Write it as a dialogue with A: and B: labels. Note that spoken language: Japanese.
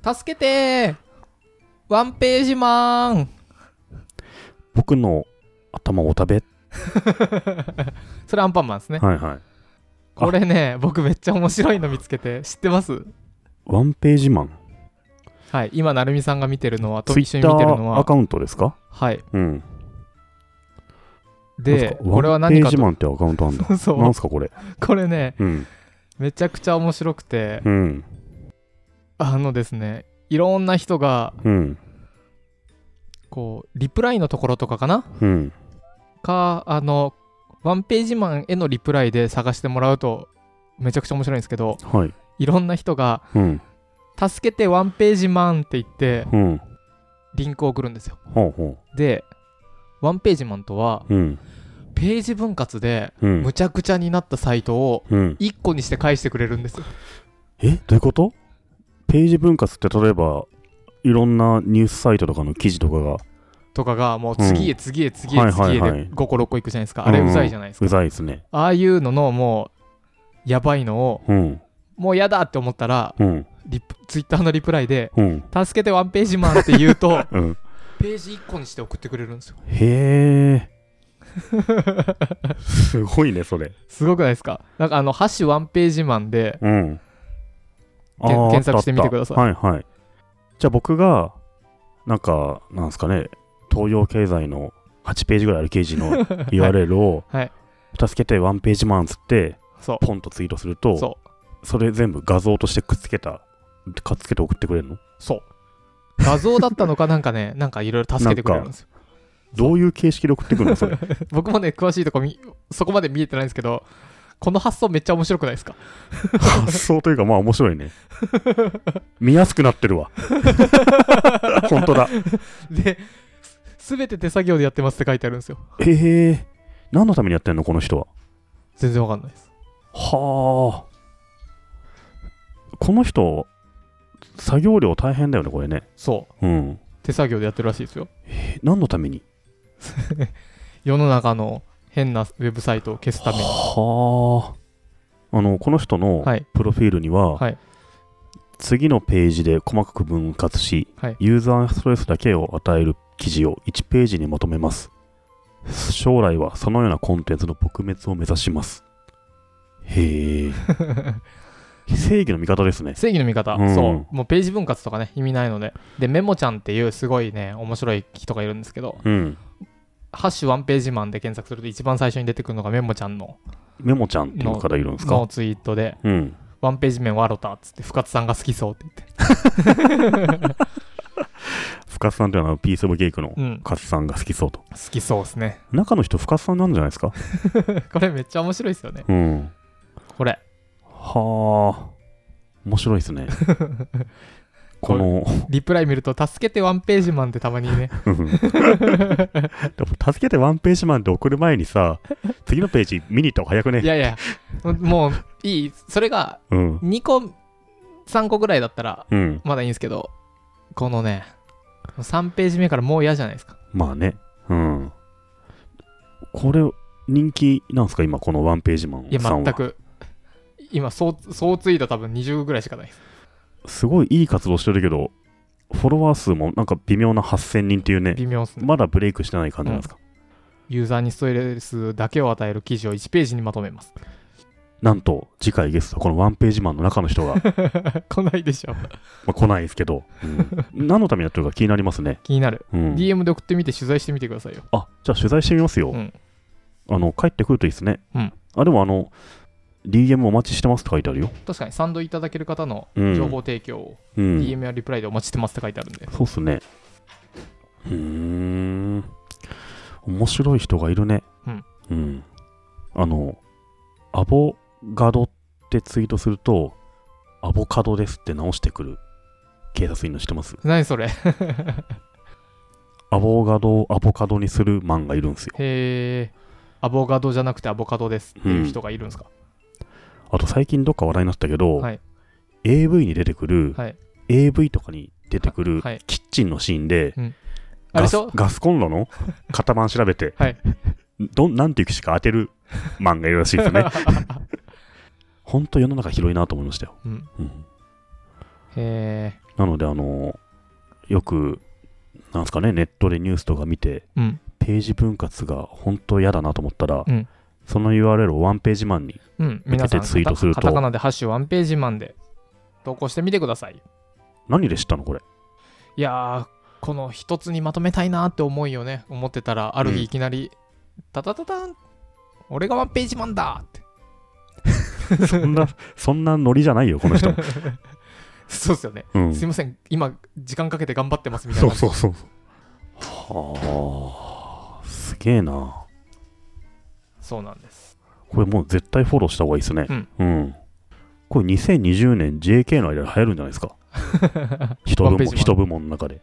A: 助けてーワンページマン
B: 僕の頭を食べ。
A: それアンパンマンですね。
B: はいはい。
A: これね、僕めっちゃ面白いの見つけて、知ってます
B: ワンページマン。
A: はい、今、成美さんが見てるのは、と
B: ツイ
A: 一緒に
B: ッタ
A: 見てるの
B: ーア
A: は、
B: カウントですか
A: はい。
B: うん。
A: で、
B: こ
A: これ
B: れ
A: は
B: は
A: 何
B: 何
A: か
B: ページ
A: と、
B: マンってアカウントあん だ。
A: そ
B: なん
A: う、
B: すかこれ。
A: これね、
B: うん。
A: めちゃくちゃ面白くて、
B: うん。
A: あのですね、いろんな人が、
B: うん。
A: こう、リプライのところとかかな
B: うん。
A: か、あの、ワンページマンへのリプライで探してもらうと、めちゃくちゃ面白いんですけど、
B: はい。
A: いろんな人が、
B: うん。
A: 助けてワンページマンって言って、
B: うん。
A: リンクを送るんですよ。
B: ほうほ
A: で、ワンページマンとは、
B: う。うん。
A: ページ分割で、
B: うん
A: む。ちゃくちゃになったサイトを、
B: うん。
A: 1個にして返してくれるんですよ。
B: えどういうことページ分割って例えば、いろんなニュースサイトとかの記事とかが
A: とかが、もう次へ次へ次へ次へ
B: は
A: で
B: いはいはい
A: 5個6個いくじゃないですか。あれ
B: うん
A: うざいじゃないですか。
B: うざいですね。
A: ああいうのの、もう、やばいのを、
B: うん。
A: もうやだって思ったら、
B: うん。
A: リプツイッターのリプライで、
B: うん。、
A: 助けてワンページマンって言うと
B: うん。
A: ページ1個にして送ってくれるんですよ。
B: へえ。すごいね、それ。
A: すごくないですかなんかあの、ハッシュワンページマンで、
B: うん。あー
A: けん
B: あ
A: 検
B: った
A: 索してみてください
B: あったはいはい。じゃあ僕が、なんか、なんですかね、東洋経済の8ページぐらいある記事 の URL を、
A: はい
B: 助けてワンページマンつって、
A: そ
B: ポンとツイートする
A: う、
B: と、そ
A: そう、
B: れ全部画像としてくっつけた、くっつけて送ってくれるの
A: そう。画像だったのかなんかね、なんかいろいろ助けてくれるんですよ。
B: どういう形式で送ってくるの それ。
A: 僕もね、詳しいとこみ、そこまで見えてないんですけど、この発想めっちゃ面白くないですか
B: 発想というか、まあ面白いね。見やすくなってるわ。 本 当だ。
A: で、すべて手作業でやってますって書いてあるんですよ。
B: へえ。何のためにやってんのこの人は。
A: 全然わかんないです。
B: はあ。この人、作業量大変だよね、これね。
A: そう、
B: うん。
A: 手作業でやってるらしいですよ。
B: え何のために
A: 世の中の変なウェブサイトを消すために。
B: はあ。あの、この人の
A: はい、
B: プロフィールには、
A: はい
B: 次のページで細かく分割し、
A: はい
B: ユーザーストレスだけを与える記事を1ページにまとめます。将来はそのようなコンテンツの撲滅を目指します。へ え。正義の味方ですね。
A: 正義の味方、
B: うん
A: そう、もうページ分割とかね、意味ないので、で、メモちゃんっていうすごいね、面白い人がいるんですけど、
B: うん。
A: ハッシュワンページマンで検索すると一番最初に出てくるのがメモちゃんの
B: メモちゃんっていう方いるんですか
A: のツイートで、
B: うん。
A: ワンページ面ワロタっつって、深津さんが好きそうって
B: 深津さんというのはピース・オブ・ゲイクの
A: 言って、うん、好
B: 深津さんが好きそうと。
A: きそうですね。
B: 中の人、深津さんなんじゃないですか
A: これめっちゃ面白いですよね。
B: うん。
A: これ、
B: はあ。面白いですね。この、
A: リプライ見ると、助けてワンページマンってたまに ね、
B: うんでも助けてワンページマンって送る前にさ、次のページ見に行った方が早く
A: い
B: ね。
A: やいや、もういい、それが
B: うん。
A: 2個、3個ぐらいだったら、
B: うん。
A: まだいいんですけど、このね、3ページ目からもう嫌じゃないですか。
B: まあね。うん。これ、人気なんですか今、このワンページマン
A: いや、
B: さ
A: 全
B: んは。
A: く。今、そう、そうついた多分20ぐらいしかないです。
B: すごいいい活動してるけど、フォロワー数もなんか微妙な8000人っていうね、
A: 微妙っすね。
B: まだブレイクしてない感じなんですか。
A: ユーザーにストレスだけを与える記事を1ページにまとめます。
B: なんと、次回ゲスト、このワンページマンの中 の人が、ま
A: 来ないでしょ。
B: あ、来ないですけど、うん何のためにやってるか気になりますね。
A: 気になる。
B: うん
A: DM で送ってみて取材してみてくださいよ。
B: あ、じゃあ取材してみますよ。
A: うん
B: あの、帰ってくるといいですね。
A: うん
B: あ、でもあの、DM お待ちしてますって書いてあるよ。
A: 確かに賛同いただける方の
B: うん。
A: 情報提供を
B: うん
A: DM やリプライでお待ちしてますって書いてあるんで。
B: そうっすね。うーん。面白い人がいるね。
A: うん。
B: うん。あの、アボガドってツイートすると、アボカドですって直してくる警察員の知ってます
A: 何それ
B: アボガドをアボカドにするマンがいるんですよ。
A: へー。アボカドじゃなくてアボカドですっていう人がいるんですか、
B: あと最近どっか話題になってたけど、
A: はい
B: AV に出てくる、
A: はい
B: AV とかに出てくる
A: はい。
B: キッチンのシーンで、
A: うんあれ
B: ガ
A: で
B: ス
A: しょ
B: ガスコン ロの型番調べて、
A: はい
B: どんなんていう機種か当てる漫画いるらしいですね。ほんと世の中広いなと思いましたよ。
A: うん。
B: うん
A: へー。
B: なので、あの、よく、なんですかね、ネットでニュースとか見て、
A: うん
B: ページ分割が本当嫌だなと思ったら、
A: うん
B: その URL をワンページマンに、
A: うん、皆さん
B: 見てツイートすると
A: カタカタカナで「ハッシュワンページマン」で投稿してみてください
B: 何で知ったのこれ。
A: いやーこの一つにまとめたいなーって思いをね思ってたらある
B: うん
A: 日いきなり「タタタタン俺がワンページマンだ!」って
B: そんな、そんなノリじゃないよ、この 人。
A: そうですよね、
B: うん、
A: すいません今時間かけて頑張ってますみたい
B: そ
A: な
B: う
A: 感じ
B: そうそうそう。はあ、すげえな。
A: そうなんです
B: これもう絶対フォローした方がいいですね。
A: うん。
B: これ2020年 JK の間で 流行るんじゃないですか。一
A: ワン
B: 部
A: ページ
B: 門
A: マン
B: 一部門の中で。